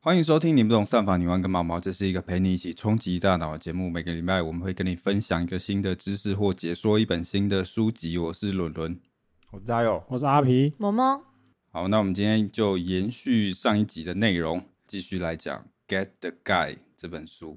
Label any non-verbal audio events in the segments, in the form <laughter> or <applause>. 欢迎收听《你不懂算法女王跟毛毛》，这是一个陪你一起冲击大脑的节目。每个礼拜我们会跟你分享一个新的知识或解说一本新的书籍。我是伦伦，我加油！我是阿皮，萌萌，好，那我们今天就延续上一集的内容，继续来讲《Get the Guy》这本书。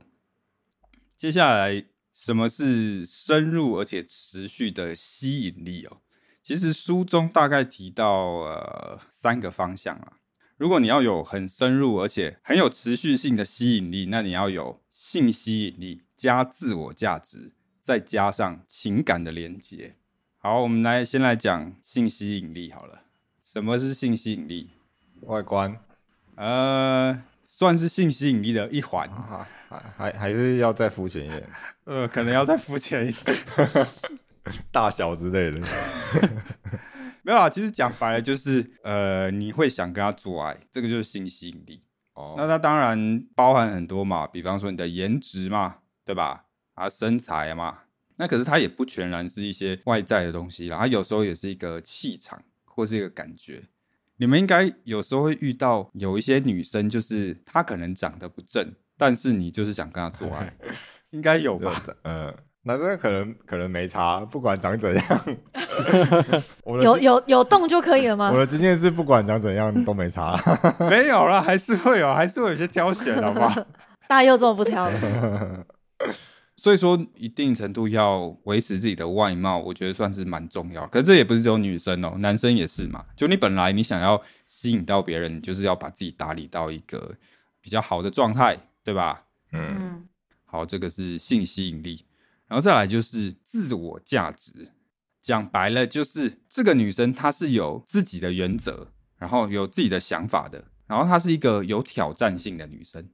接下来，什么是深入而且持续的吸引力哦？其实书中大概提到呃三个方向啊。如果你要有很深入而且很有持续性的吸引力，那你要有性吸引力加自我价值，再加上情感的连接。好，我们来先来讲性吸引力好了。什么是性吸引力？外观呃，算是性吸引力的一环，啊，还还还是要再肤浅一 <laughs> 点，呃，可能要再肤浅一点。大小之类的。 <laughs> 没有啊，其实讲白了就是，呃，你会想跟他做爱，这个就是性吸引力。哦那它当然包含很多嘛，比方说你的颜值嘛，对吧？啊，身材嘛，那可是它也不全然是一些外在的东西啦，它有时候也是一个气场或是一个感觉。你们应该有时候会遇到有一些女生，就是她可能长得不正，但是你就是想跟她做爱，应该有吧？嗯，男生可能可能没差，不管长怎 <laughs> 样。我的有啊经有有动就可以了吗我？的经验是，不管长怎样都没差。没有啦，还是会有，还是会有些挑选，好吧？大家又这么不挑了， <laughs> 所以说，一定程度要维持自己的外貌，我觉得算是蛮重要。可是这也不是只有女生哦，男生也是嘛。就你本来你想要吸引到别人，你就是要把自己打理到一个比较好的状态，对吧？嗯，嗯，好，这个是性吸引力，然后再来就是自我价值。讲白了，就是这个女生她是有自己的原则，然后有自己的想法的，然后她是一个有挑战性的女生。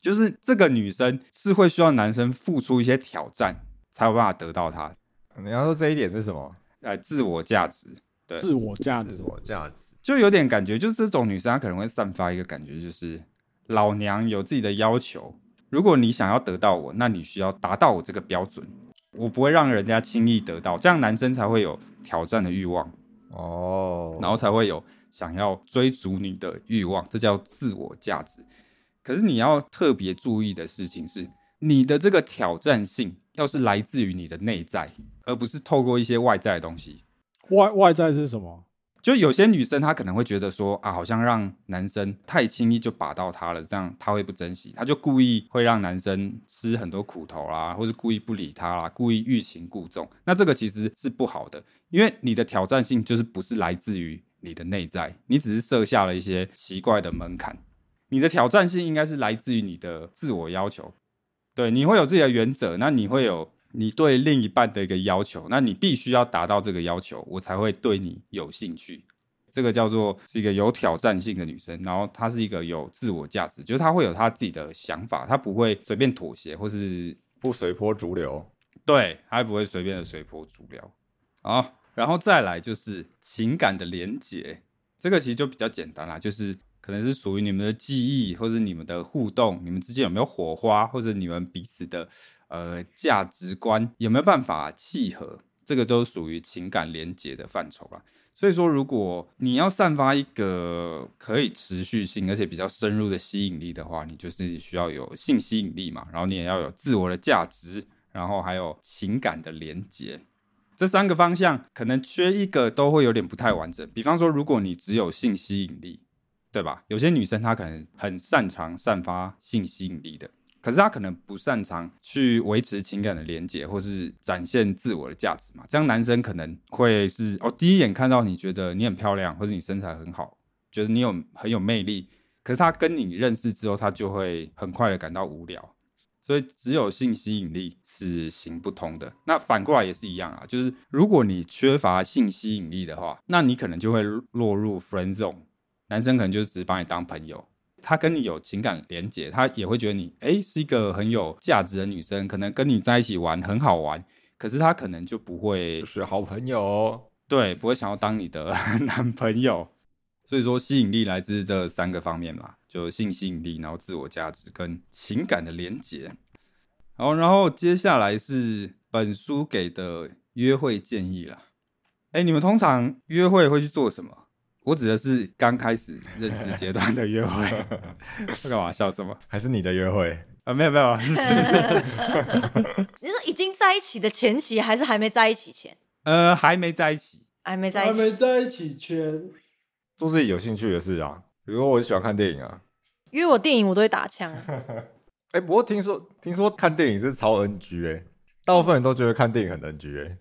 就是这个女生是会需要男生付出一些挑战，才有办法得到她，嗯你要说这一点是什么？呃，自我价值。对自我价值，我价值。就有点感觉，就是这种女生她可能会散发一个感觉，就是老娘有自己的要求，如果你想要得到我，那你需要达到我这个标准，我不会让人家轻易得到，这样男生才会有挑战的欲望，哦，然后才会有想要追逐你的欲望，这叫自我价值。可是你要特别注意的事情是，你的这个挑战性要是来自于你的内在，而不是透过一些外在的东西。外外在是什么？就有些女生她可能会觉得说啊，好像让男生太轻易就把到她了，这样她会不珍惜，她就故意会让男生吃很多苦头啦，或是故意不理他啦，故意欲擒故纵。那这个其实是不好的，因为你的挑战性就是不是来自于你的内在，你只是设下了一些奇怪的门槛。你的挑战性应该是来自于你的自我要求，对，你会有自己的原则，那你会有你对另一半的一个要求，那你必须要达到这个要求，我才会对你有兴趣。这个叫做是一个有挑战性的女生，然后她是一个有自我价值，就是她会有她自己的想法，她不会随便妥协，或是不随波逐流。对，她不会随便的随波逐流。好，然后再来就是情感的连结，这个其实就比较简单啦，就是可能是属于你们的记忆，或是你们的互动，你们之间有没有火花，或者你们彼此的呃价值观有没有办法契合，这个都属于情感连结的范畴啦。所以说，如果你要散发一个可以持续性而且比较深入的吸引力的话，你就是需要有性吸引力嘛，然后你也要有自我的价值，然后还有情感的连接。这三个方向可能缺一个都会有点不太完整。比方说，如果你只有性吸引力，对吧？有些女生她可能很擅长散发性吸引力的，可是她可能不擅长去维持情感的连接，或是展现自我的价值嘛。这样男生可能会是哦，第一眼看到你觉得你很漂亮，或者你身材很好，觉得你有很有魅力，可是他跟你认识之后，他就会很快的感到无聊。所以只有性吸引力是行不通的。那反过来也是一样啊，就是如果你缺乏性吸引力的话，那你可能就会落入 friend zone。男生可能就只把你当朋友，他跟你有情感连结，他也会觉得你诶是一个很有价值的女生，可能跟你在一起玩很好玩，可是他可能就不会就是好朋 <laughs> 友，对，不会想要当你的 <laughs> 男朋友。所以说，吸引力来自这三个方面嘛，就性吸引力，然后自我价值跟情感的连结。好，然后接下来是本书给的约会建议啦。哎，你们通常约会会去做什么？我指的是刚开始认识阶段的约 <laughs> 会。干嘛笑什么还是你的约会？啊？没有没有，是你说已经在一起的前期，还是还没在一起前？呃，还没在一起。还没在还一没起，在一起前，做自己有兴趣的事啊，比如说我喜欢看电影啊。约我电影我都会打枪。 <laughs> 哎、不过听说听说看电影是超 NG 哎、大部分人都觉得看电影很 NG 哎、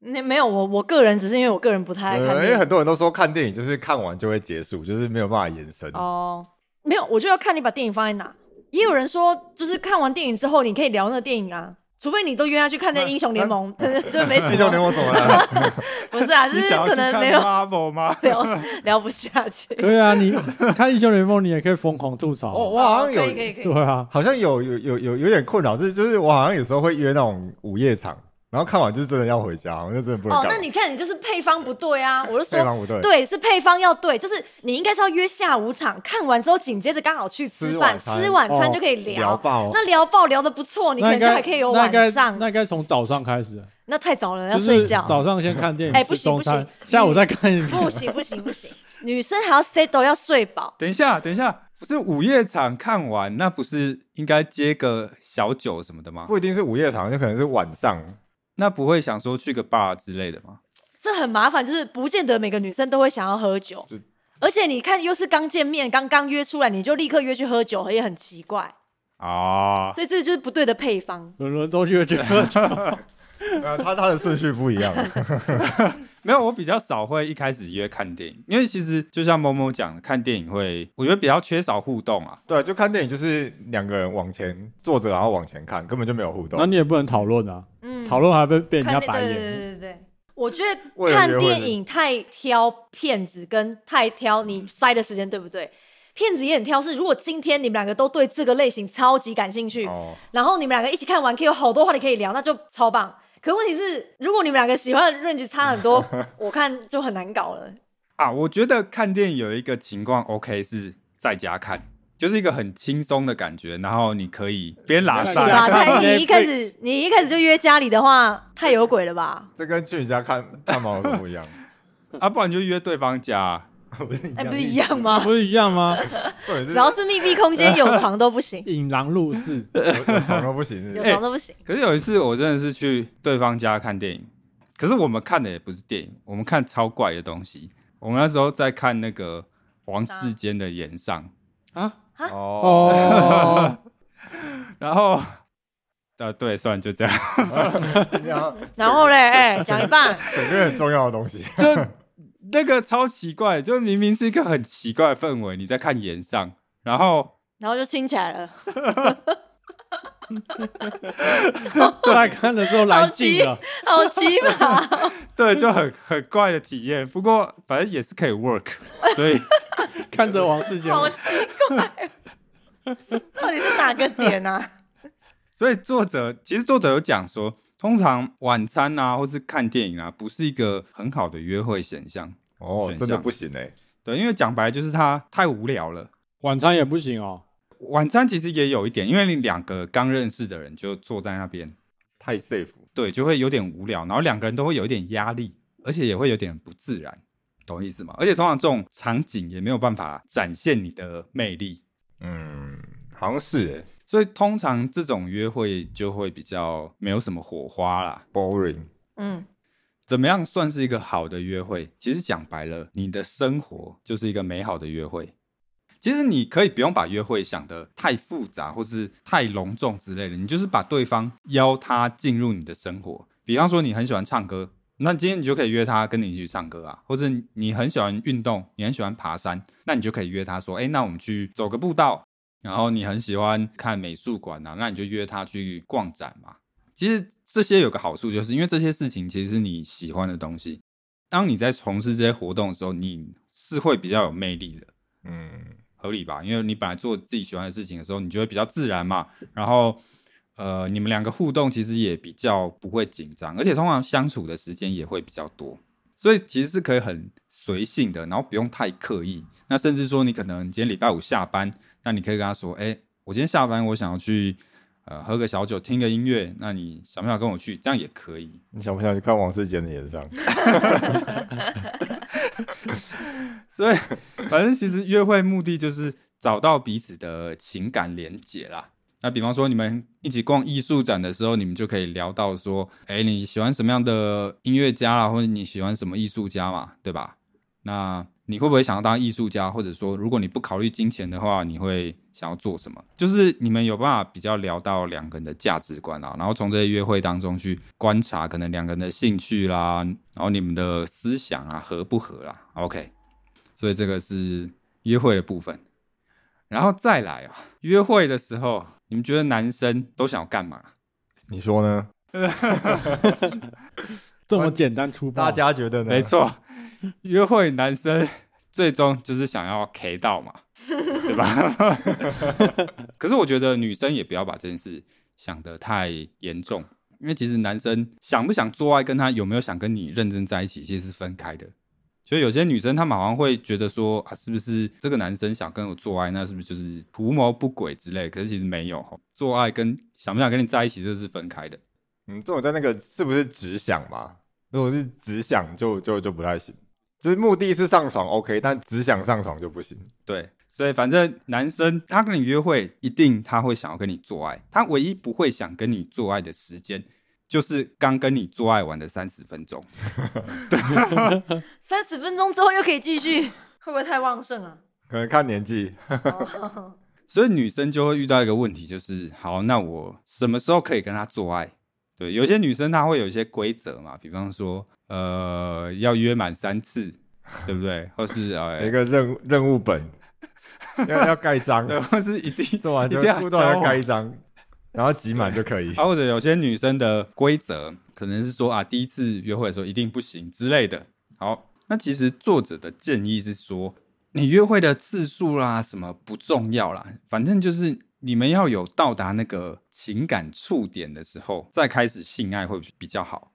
那没有我，我个人只是因为我个人不太爱哎看呃因电为影很多人都说看电影就是看完就会结束，就是没有办法延伸。哦，没有，我就要看你把电影放在哪。也有人说，就是看完电影之后，你可以聊那个电影啊，除非你都约他去看那个英雄联 <laughs> 盟， <laughs> 就没什英雄联么。盟怎么 <laughs> 了？不是 <laughs> 啊，就你是想要可去能看没有 <laughs> Marvel 吗？聊聊不下去。对啊， <laughs> 你看英雄联盟，你也可以疯狂吐哦，槽。我好像有，可以可以可以对啊，好像有有有有有点困扰，就是就是我好像有时候会约那种午夜场，然后看完就是真的要回家，我就真的不能哦，干嘛。那你看你就是配方不对啊！我就对说，方不对，对，是配方要对，就是你应该是要约下午场，看完之后紧接着刚好去吃饭，吃晚餐吃晚餐哦就可以聊聊。爆。哦那聊爆聊的不错，你可那应能就该还可以有那应该晚上。那应该从早上开始，那太早了，要就是睡觉。早上先看电哎影，不吃行中餐不，行下午再看一遍。不行不行不行， <laughs> 女生还要 settle 要睡饱。等一下，等一下，不是午夜场看完，那不是应该接个小酒什么的吗？不一定是午夜场，就可能是晚上。那不会想说去个 bar 之类的吗？这很麻烦，就是不见得每个女生都会想要喝酒就，而且你看又是刚见面，刚刚约出来，你就立刻约去喝酒，也很奇怪，啊、所以这就是不对的配方。伦伦都去觉得呃，他他的顺序不一样。啊没有，我比较少会一开始约看电影，因为其实就像某某讲的，看电影会，我觉得比较缺少互动啊。对，就看电影就是两个人往前坐着，然后往前看，根本就没有互 <laughs> 那动。你也不能讨论啊，嗯，讨论还被被人家看白对对对眼。对对，我觉为得了看约会电影太挑片子，跟太挑你塞的时间，对不对？片子也很挑是，如果今天你们两个都对这个类型超级感兴趣，哦，然后你们两个一起看完，可以有好多话题可以聊，那就超棒。可问题是，如果你们两个喜欢的 range 差 <laughs> 很多，我看就很难搞了。啊，我觉得看电影有一个情况 OK 是在家看，就是一个很轻松的感觉，然后你可以边拉是塞吧？看蔡你一 Netflix 开始你一开始就约家里的话，太有鬼了吧？这跟去你家看看毛有什么不一样？啊，不然你就约对方家啊、不是一 <laughs> 哎、样，不是一样 <laughs> 吗？不是一样吗？ <laughs> 重点是 <laughs> 只要是密闭 <laughs> 空间，有床都不行，引狼入室，有有床都 <laughs> 不行。有是床都不行。可是有一次，我真的是去对方家看电影，可是我们看的也不是电影，我们看超怪的东西。我们那时候在看那个王世坚的《岩上》，<laughs> 哦，哦，然后，呃，对，算了，就这样。然后然后嘞，哎、讲一半，整个很重要的东西。就那个超奇怪，就明明是一个很奇怪的氛围，你在看《岩上》，然后然后就亲起来了。大家看了之后来劲了， <laughs> <laughs> 好奇葩！对，就很 <laughs> 很怪的体验。不过反正也是可以 work，所以看着王世坚，好奇哦怪，到底是哪个点啊？所以作者其实作者有讲说，通常晚餐啊，或是看电影啊，不是一个很好的约会选项。哦，真的不行哎。对，因为讲白就是它太无聊了。晚餐也不行哦。晚餐其实也有一点，因为你两个刚认识的人就坐在那边，太 safe。对，就会有点无聊，然后两个人都会有一点压力，而且也会有点不自然，懂意思吗？而且通常这种场景也没有办法展现你的魅力，嗯，好像是欸所以通常这种约会就会比较没有什么火花啦。 boring。 <laughs> 嗯，怎么样算是一个好的约会？其实讲白了，你的生活就是一个美好的约会。其实你可以不用把约会想得太复杂或是太隆重之类的，你就是把对方邀他进入你的生活。比方说你很喜欢唱歌，那今天你就可以约他跟你一起去唱歌啊；或者你很喜欢运动，你很喜欢爬山，那你就可以约他说：“哎，那我们去走个步道。”然后你很喜欢看美术馆啊，那你就约他去逛展嘛。其实这些有个好处，就是因为这些事情其实是你喜欢的东西。当你在从事这些活动的时候，你是会比较有魅力的，嗯，合理吧？因为你本来做自己喜欢的事情的时候，你就会比较自然嘛。然后，呃，你们两个互动其实也比较不会紧张，而且通常相处的时间也会比较多，所以其实是可以很随性的，然后不用太刻意。那甚至说，你可能今天礼拜五下班，那你可以跟他说：“哎、我今天下班，我想要去。”呃喝个小酒，听个音乐，那你想不想跟我去？这样也可以。你想不想去看王世坚的演唱？所以反正其实约会目的就是找到彼此的情感连结啦。那比方说你们一起逛艺术展的时候，你们就可以聊到说，哎、你喜欢什么样的音乐家啦，或者你喜欢什么艺术家嘛，对吧？那你会不会想要当艺术家？或者说，如果你不考虑金钱的话，你会想要做什么？就是你们有办法比较聊到两个人的价值观啊，然后从这些约会当中去观察可能两个人的兴趣啦，然后你们的思想啊合不合啦？OK，所以这个是约会的部分。然后再来啊，约会的时候，你们觉得男生都想要干嘛？你说呢？这么简单粗暴，大家觉得呢？没，错，约会男生最终就是想要 K 到嘛，对吧？ <laughs> 可是我觉得女生也不要把这件事想得太严重，因为其实男生想不想做爱，跟他有没有想跟你认真在一起，其实是分开的。所以有些女生她们好像会觉得说啊，是不是这个男生想跟我做爱，那是不是就是图谋不轨之类的？可是其实没有，做爱跟想不想跟你在一起这是分开的。嗯，这种在那个是不是只想嘛？如果是只想就就就不太行，就是目的是上床 OK，但只想上床就不行。对，所以反正男生他跟你约会，一定他会想要跟你做爱，他唯一不会想跟你做爱的时间，就是刚跟你做爱完的三十分钟。三十分钟之后又可以继续，会不会太旺盛啊？可能看年纪，哦所以女生就会遇到一个问题，就是好，那我什么时候可以跟他做爱？对，有些女生她会有一些规则嘛，比方说，呃，要约满三次，对不对？或是有一呃，个任务任务本， <laughs> 要要盖章，对，或是一定做完一就定要互动完交要往盖一张，然后集满就可以。啊，或者有些女生的规则可能是说啊，第一次约会的时候一定不行之类的。好，那其实作者的建议是说，你约会的次数啦，什么不重要啦，反正就是你们要有到达那个情感触点的时候，再开始性爱会比较好。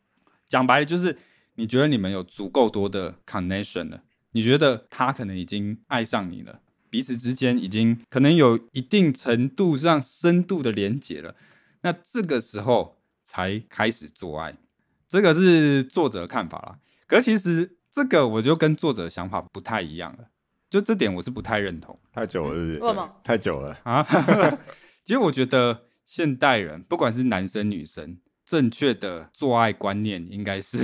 讲白了就是，你觉得你们有足够多的 connection 了，你觉得他可能已经爱上你了，彼此之间已经可能有一定程度上深度的连结了。那这个时候才开始做爱，这个是作者的看法啦。可其实这个我就跟作者的想法不太一样了，就这点我是不太认同太久了是不是，为什么太久了，啊。其实我觉得现代人不管是男生女生，正确的做爱观念应该是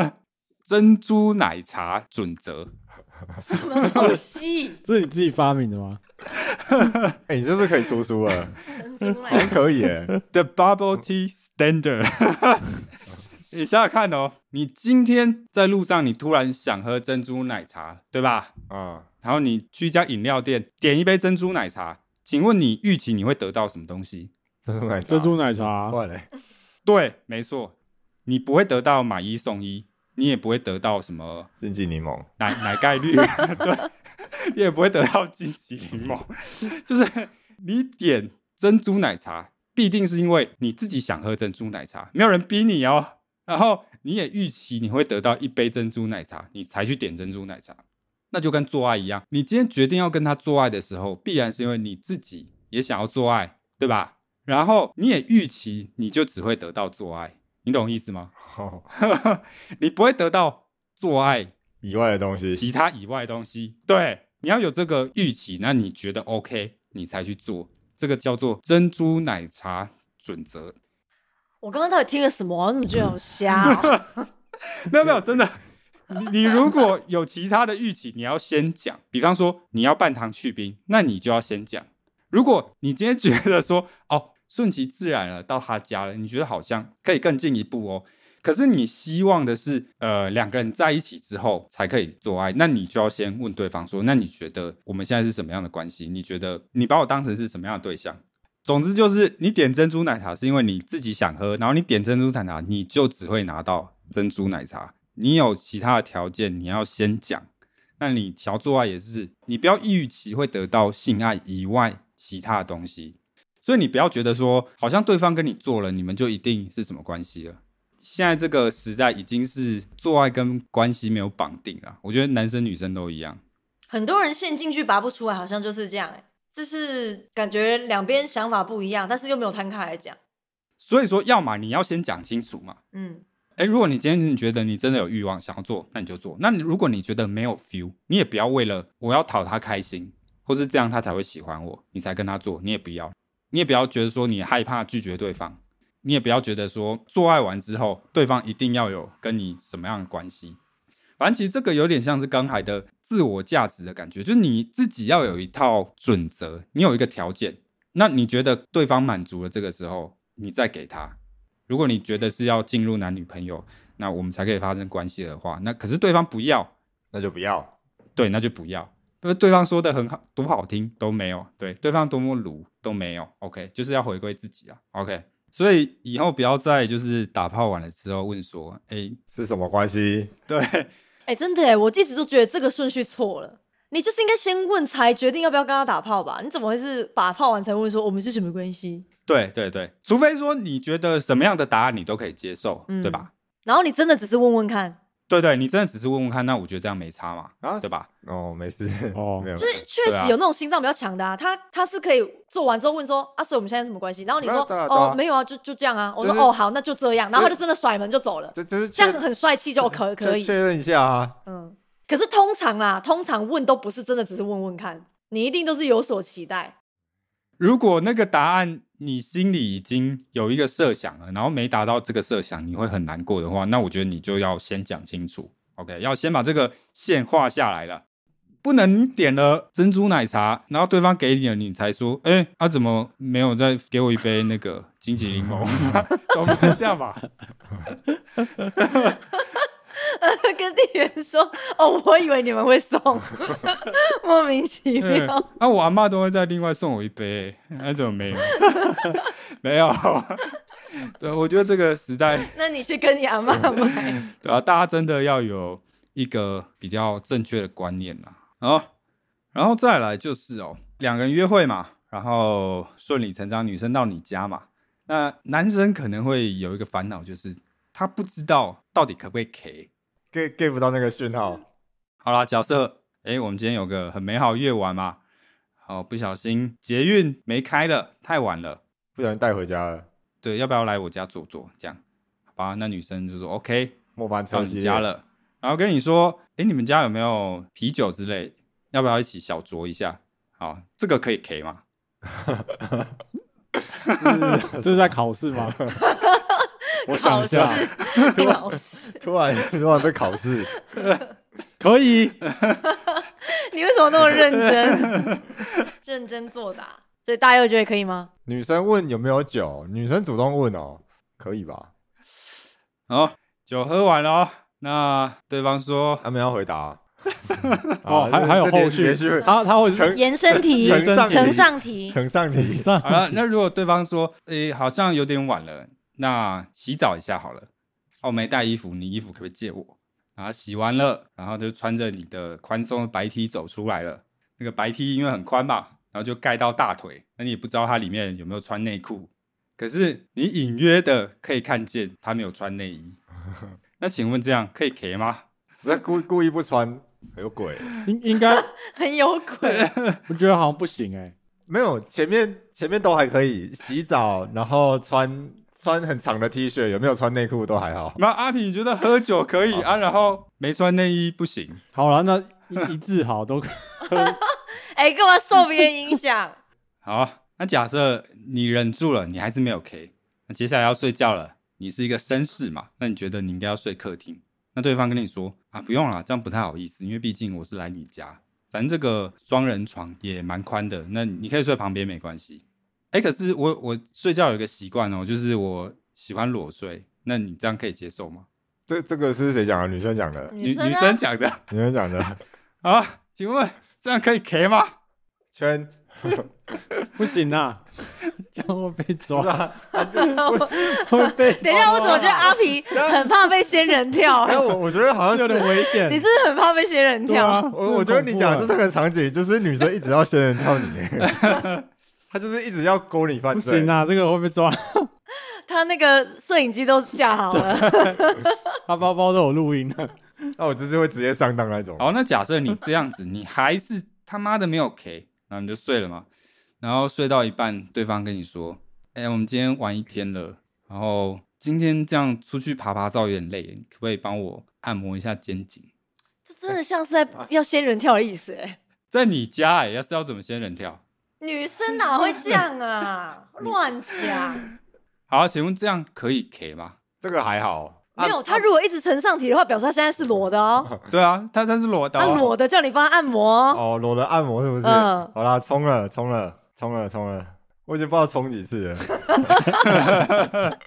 <laughs> 珍珠奶茶准则。 <laughs> 什么东西？这是你自己发明的吗？哎、你是不是可以出书 <laughs> 了？珍珠奶好像可以耶、 The Bubble Tea Standard 。 <laughs> 你想想看哦，你今天在路上，你突然想喝珍珠奶茶，对吧？啊、然后你去一家饮料店点一杯珍珠奶茶，请问你预期你会得到什么东西？珍珠奶茶，珍珠奶茶，换嘞，对，没错，你不会得到买一送一，你也不会得到什么禁忌柠檬，奶 <laughs> 奶盖绿，对，你也不会得到惊喜柠檬， <laughs> 就是你点珍珠奶茶，必定是因为你自己想喝珍珠奶茶，没有人逼你哦。然后你也预期你会得到一杯珍珠奶茶，你才去点珍珠奶茶，那就跟做爱一样，你今天决定要跟他做爱的时候，必然是因为你自己也想要做爱，对吧？然后你也预期你就只会得到做爱，你懂意思吗？哦， <laughs> 你不会得到做爱以外的东西，其他以外的东西。对，你要有这个预期，那你觉得 OK，你才去做。这个叫做珍珠奶茶准则。我刚刚到底听了什么啊？我怎么觉得好瞎 <laughs> 哦？ <laughs> 没有没有，真的，你你如果有其他的预期，你要先讲。比方说你要半糖去冰，那你就要先讲。如果你今天觉得说哦顺其自然了，到他家了，你觉得好像可以更进一步哦。可是你希望的是，呃，两个人在一起之后才可以做爱，那你就要先问对方说，那你觉得我们现在是什么样的关系？你觉得你把我当成是什么样的对象？总之就是，你点珍珠奶茶是因为你自己想喝，然后你点珍珠奶茶，你就只会拿到珍珠奶茶。你有其他的条件，你要先讲。那你想要做爱也是，你不要预期会得到性爱以外其他的东西，所以你不要觉得说，好像对方跟你做了，你们就一定是什么关系了。现在这个时代已经是做爱跟关系没有绑定了，我觉得男生女生都一样。很多人陷进去拔不出来，好像就是这样哎、就是感觉两边想法不一样，但是又没有摊开来讲。所以说，要么你要先讲清楚嘛。嗯，哎，如果你今天你觉得你真的有欲望想要做，那你就做。那你如果你觉得没有 feel，你也不要为了我要讨他开心，或是这样他才会喜欢我，你才跟他做，你也不要，你也不要觉得说你害怕拒绝对方，你也不要觉得说做爱完之后对方一定要有跟你什么样的关系。反正其实这个有点像是刚才的自我价值的感觉，就是你自己要有一套准则，你有一个条件，那你觉得对方满足了这个时候，你再给他。如果你觉得是要进入男女朋友，那我们才可以发生关系的话，那可是对方不要，那就不要。对，那就不要。不是对方说的很好，多好听都没有，对，对方多么鲁都没有。OK，就是要回归自己啊。OK，所以以后不要再就是打炮完了之后问说，哎、是什么关系？对， <laughs> 哎、真的哎，我一直都觉得这个顺序错了。你就是应该先问才决定要不要跟他打炮吧？你怎么会是打炮完才问说我们是什么关系？对对对，除非说你觉得什么样的答案你都可以接受，嗯对吧？然后你真的只是问问看，对对，你真的只是问问看，那我觉得这样没差嘛，啊对吧？哦，没事。哦没有。就是确对实啊有那种心脏比较强的啊，他他是可以做完之后问说啊，所以我们现在是什么关系？然后你说、对啊对啊对啊哦没有啊，就就这样啊。我说、就是哦好，那就这样，然后他就真的甩门就走了，这这是这确样很帅气就可可确以。确认一下啊。嗯，可是通常啦，通常问都不是真的，只是问问看，你一定都是有所期待。 <laughs> 如果那个答案你心里已经有一个设想了，然后没达到这个设想，你会很难过的话，那我觉得你就要先讲清楚，OK，要先把这个线画下来了。不能你点了珍珠奶茶，然后对方给你了，你才说，哎、他、怎么没有再给我一杯那个金桔柠檬？ <laughs> 总不能这样吧？跟店员说哦，我以为你们会送，莫名其嗯妙。啊，我阿妈都会再另外送我一杯、那、怎么没有？ <laughs> 没有。 <laughs> 对，我觉得这个时代，那你去跟你阿妈买。对啊，大家真的要有一个比较正确的观念啦。哦，然后再来就是哦，两个人约会嘛，然后顺理成章，女生到你家嘛，那男生可能会有一个烦恼，就是他不知道到底可不可以 K。 get get 不到那个讯号，好啦，假设哎、诶我们今天有个很美好的夜晚嘛，好不小心捷运没开了，太晚了，不小心带回家了，对，要不要来我家坐坐？这样，好吧？那女生就说 OK，末班到车系你列家，了，然后跟你说，哎、你们家有没有啤酒之类？要不要一起小酌一下？好，这个可以 K 吗？啊这是在考试 <laughs> 吗？我想考一试下，，考试， <laughs> 突然 <laughs> 突然在考试，可以， <laughs> 你为什么那么认真？认真作答，所以大家又觉得可以吗？女生问有没有酒，女生主动问哦，可以吧？好，酒喝完了哦，那对方说，他们要回答啊 <laughs> 哦，还还有后续连，续他他会成延伸题，呈上题呈上题，呈上 <laughs> 题，上好了，那如果对方说，哎、好像有点晚了，那洗澡一下好了。哦，没带衣服，你衣服可不可以借我？然后洗完了，然后就穿着你的宽松的白 T 走出来了。那个白 T 因为很宽嘛，然后就盖到大腿，那你也不知道它里面有没有穿内裤，可是你隐约的可以看见他没有穿内衣。那请问这样可以 K 吗？那故故意不穿，有鬼？应应该，很有鬼。我觉得好像不行哎。没有，前面前面都还可以，洗澡然后穿穿很长的 T 恤，有没有穿内裤都还好。那阿平，你觉得喝酒可以啊，然后没穿内衣不行？好了，那一一致好都可哎，干嘛受别人影响？好，那假设你忍住了，你还是没有 K，那接下来要睡觉了，你是一个绅士嘛，那你觉得你应该要睡客厅？那对方跟你说啊，不用啦，这样不太好意思，因为毕竟我是来你家，反正这个双人床也蛮宽的，那你可以睡旁边没关系。哎、可是我我睡觉有一个习惯哦，就是我喜欢裸睡，那你这样可以接受吗？这这个是谁讲的？女生讲的，女生女啊生，讲的女生讲的。 <laughs> 啊，请问这样可以 K 吗？圈不行啊，这样会被不是抓。 <laughs> 啊，啊 <laughs> 这不是会被。等一下，我怎么觉得阿皮很怕被仙人跳啊哎，？我我觉得好像有是点危险。你是不是很怕被仙人对跳？ <laughs> 啊，这很我我觉得你讲的恐这怖啊这个场景，就是女生一直要仙人跳你， <laughs> 她就是一直要勾你犯不罪。行啊，这个会被抓。他那个摄影机都架好了，他包包都有录音的，那我就是会直接哦上当那种。好，那假设你这样子，你还是他妈的没有 K，然后你就睡了嘛。然后睡到一半，对方跟你说：“哎、我们今天玩一天了，然后今天这样出去爬爬照有点累，可不可以帮我按摩一下肩颈？”这真的像是在要仙人跳的意思哎、在你家哎、要是要怎么仙人跳？女生哪会这样啊？乱讲！好，请问这样可以 K 吗？这个还好，没有，他如果一直呈上体的话，表示他现在是裸的哦。对啊，他他是裸的他哦、裸的叫你帮他按摩哦，哦，裸的按摩是不是？嗯好啦，冲了，冲了，冲了，冲了，我已经不知道冲几 <laughs> 次了，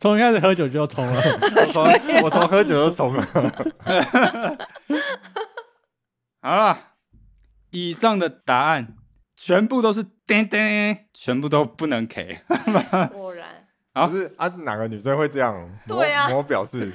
从一开始喝酒就要冲了，我啊从我从喝酒都冲了。好啦，以上的答案全部都是叮叮，全部都不能 K。果然好不是啊，哪个女生会这样？模对啊我表示。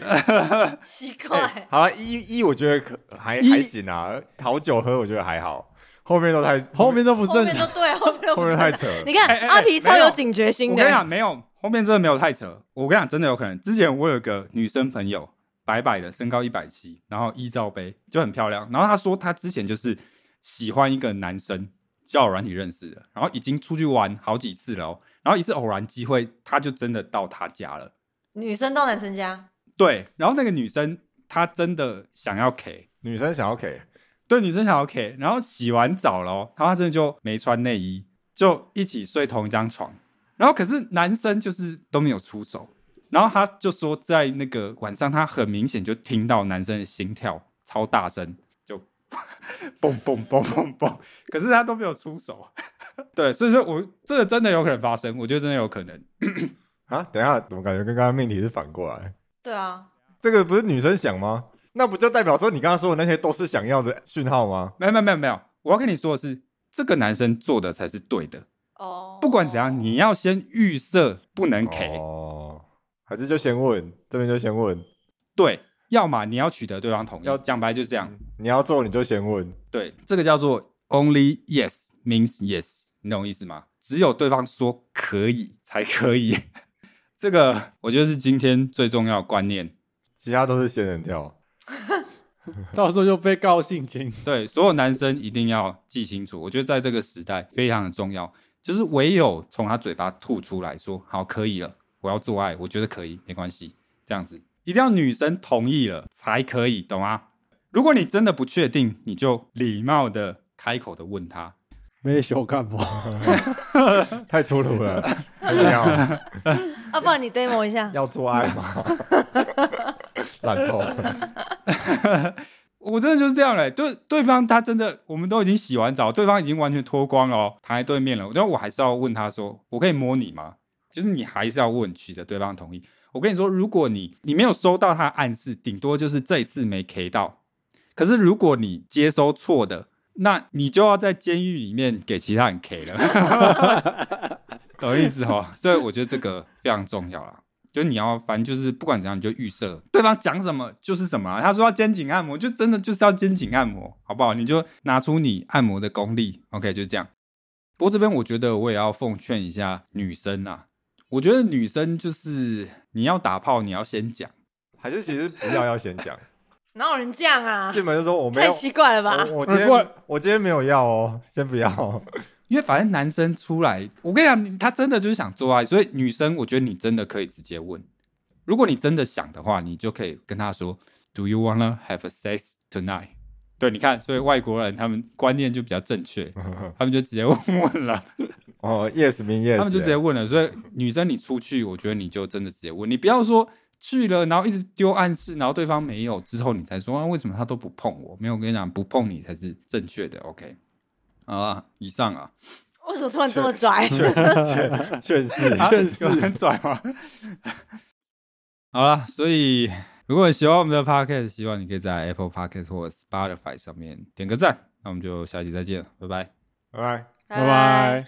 奇哎怪。好了，一一我觉得可还一还行啊，好酒喝我觉得还好，后面都太后面都不后正面常都。对，后面都不后面是太扯 <laughs> 了你。看哎哎哎阿皮超没有有警觉心我跟你的，讲，没有，后面真的没有太扯。我跟你讲，真的有可能。之前我有一个女生朋友，白白的，身高一百七，然后一罩杯就很漂亮。然后她说她之前就是喜欢一个男生，交友软体认识的，然后已经出去玩好几次了、哦，然后一次偶然机会，她就真的到他家了。女生到男生家，对，然后那个女生她真的想要 K，女生想要 K，对，女生想要 K，然后洗完澡了、哦，然后她真的就没穿内衣，就一起睡同一张床。然后可是男生就是都没有出手，然后她就说在那个晚上，她很明显就听到男生的心跳超大声，就 <laughs> 嘣嘣嘣嘣嘣，可是她都没有出手。 <laughs> 对，所以说我这个真的有可能发生，我觉得真的有可能。啊，等一下，怎么感觉跟刚刚命题是反过来？对啊，这个不是女生想吗？那不就代表说你刚刚说的那些都是想要的讯号吗？没有没有没有没有，我要跟你说的是，这个男生做的才是对的。哦，不管怎样，你要先预设不能 K，、哦，还是就先问，这边就先问，对，要么你要取得对方同意，要讲白就是这样。你要做你就先问。对，这个叫做 only yes means yes，你懂我意思吗？只有对方说可以才可以。 <laughs> 这个我觉得是今天最重要的观念。其他都是仙人跳。到时候就被告性侵。对，所有男生一定要记清楚，我觉得在这个时代非常的重要，就是唯有从他嘴巴吐出来说“好，可以了，我要做爱，我觉得可以，没关系”，这样子一定要女生同意了才可以，懂吗？如果你真的不确定，你就礼貌的开口的问他，没修干部，太粗鲁 <laughs> 了，不要啊，不然你 demo 一下， <laughs> 要做爱 <laughs> 吗？烂透了，我真的就是这样嘞、对，对方他真的，我们都已经洗完澡，对方已经完全脱光了、哦，躺在对面了。然后我还是要问他说：“我可以摸你吗？”就是你还是要问，取得对方同意。我跟你说，如果你你没有收到他的暗示，顶多就是这一次没 K 到。可是如果你接收错的，那你就要在监狱里面给其他人 K 了， <laughs> 懂意思哦？所以我觉得这个非常重要啦。就是你要，反正就是不管怎样，你就预设对方讲什么就是什么啊、他说要肩颈按摩，就真的就是要肩颈按摩，好不好？你就拿出你按摩的功力，OK，就这样。不过这边我觉得我也要奉劝一下女生啊，我觉得女生就是你要打炮，你要先讲，还是其实不要要先讲，哪有人这样啊？进门就说我没太有，奇怪了吧？我我今怪天我今天没有要哦，先不要。因为反正男生出来，我跟你讲你，他真的就是想做爱，所以女生我觉得你真的可以直接问，如果你真的想的话，你就可以跟他说，Do you wanna have a sex tonight？对，你看，所以外国人他们观念就比较正确，他们就直接问问了，哦，yes 明 yes，他们就直接问了。所以女生你出去，我觉得你就真的直接问，你不要说去了，然后一直丢暗示，然后对方没有之后，你才说啊为什么他都不碰我？没有，我跟你讲，不碰你才是正确的。OK，好啊，以上啊，为什么突然这么拽？劝 <laughs> 劝确是实啊很拽吗？好了，所以如果你喜欢我们的 podcast，希望你可以在 Apple Podcast 或 Spotify 上面点个赞。那我们就下期再见，拜拜。拜拜。拜拜。